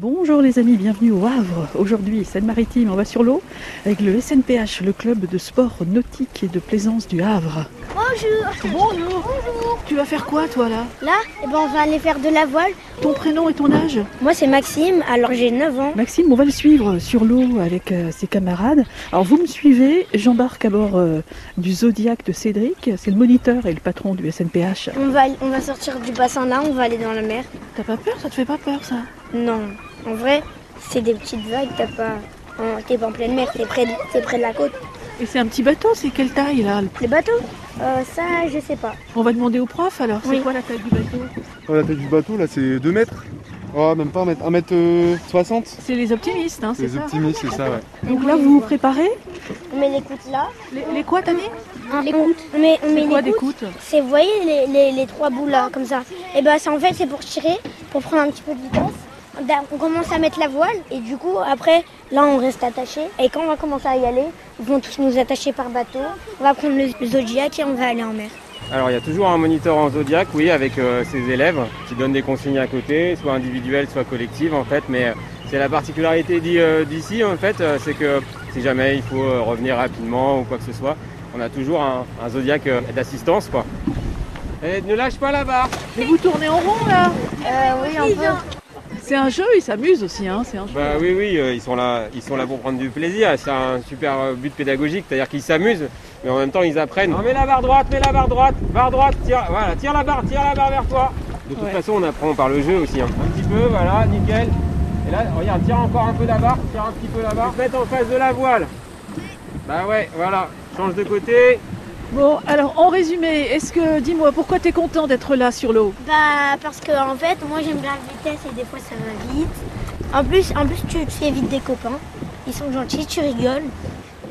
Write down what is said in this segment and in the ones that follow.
Bonjour les amis, bienvenue au Havre. Aujourd'hui, Seine-Maritime, on va sur l'eau avec le SNPH, le club de sport nautique et de plaisance du Havre. Bonjour. Bonjour. Tu vas faire quoi toi là Là, eh ben, on va aller faire de la voile. Ton prénom et ton âge Moi, c'est Maxime. Alors, j'ai 9 ans. Maxime, on va le suivre sur l'eau avec euh, ses camarades. Alors vous me suivez, j'embarque à bord euh, du Zodiac de Cédric, c'est le moniteur et le patron du SNPH. On va, on va sortir du bassin là, on va aller dans la mer. T'as pas peur Ça te fait pas peur ça Non, en vrai, c'est des petites vagues. T'as pas, en- t'es pas en pleine mer. T'es près, de- t'es près de la côte. Et c'est un petit bateau, c'est quelle taille là Les bateaux Euh, Ça, je sais pas. On va demander au prof alors, c'est Oui. quoi la taille du bateau Oh, la taille du bateau là c'est 2 mètres. Oh même pas 1 mètre, 1 mètre euh, 60. C'est les optimistes, hein, c'est Les ça optimistes c'est ça ouais. Donc là vous vous préparez On met les coutes là. Les, les quoi t'as dit On- On, met, on met C'est quoi les des coutes. coutes C'est, vous voyez, les, les- les trois bouts là, comme ça. Et ben, ça, en fait, c'est pour tirer, pour prendre un petit peu de vitesse. Da- On commence à mettre la voile et du coup après là on reste attaché et quand on va commencer à y aller ils vont tous nous attacher par bateau on va prendre le le zodiac et on va aller en mer Alors il y a toujours un moniteur en Zodiac, oui, avec euh, ses élèves qui donnent des consignes à côté, soit individuelles, soit collectives en fait. Mais euh, c'est la particularité d'i- euh, d'ici en fait, euh, c'est que si jamais il faut euh, revenir rapidement ou quoi que ce soit, on a toujours un, un Zodiac euh, d'assistance quoi. Et ne lâche pas la barre Mais vous tournez en rond là Euh, oui un peu C'est un jeu, ils s'amusent aussi, hein, c'est un jeu. Bah oui, oui, euh, ils sont là, ils sont là pour prendre du plaisir. C'est un super euh, but pédagogique, c'est-à-dire qu'ils s'amusent, mais en même temps ils apprennent. Ah, mets la barre droite, mets la barre droite, barre droite, tire, voilà, tire la barre, tire la barre vers toi. De toute Ouais. façon, on apprend par le jeu aussi. hein. Un petit peu, voilà, nickel. Et là, regarde, tire encore un peu la barre, tire un petit peu la barre. Faites en face de la voile. Bah ouais, voilà, change de côté. Bon, alors en résumé, est-ce que, dis-moi, pourquoi t'es content d'être là sur l'eau Bah parce que en fait moi j'aime bien la vitesse et des fois ça va vite. En plus, en plus tu te fais vite des copains, ils sont gentils, tu rigoles.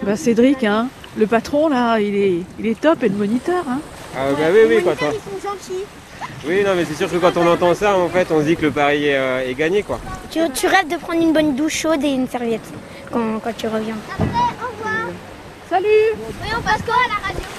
Bah Cédric, hein, le patron là, il est, il est top et le moniteur. Hein. Ah, bah oui, oui, quand on- Ils sont gentils. oui, non, mais c'est sûr que quand on entend ça, en fait, on se dit que le pari est, euh, est gagné, quoi. Tu, tu rêves de prendre une bonne douche chaude et une serviette quand, quand tu reviens. Salut Oui, on passe quoi à la radio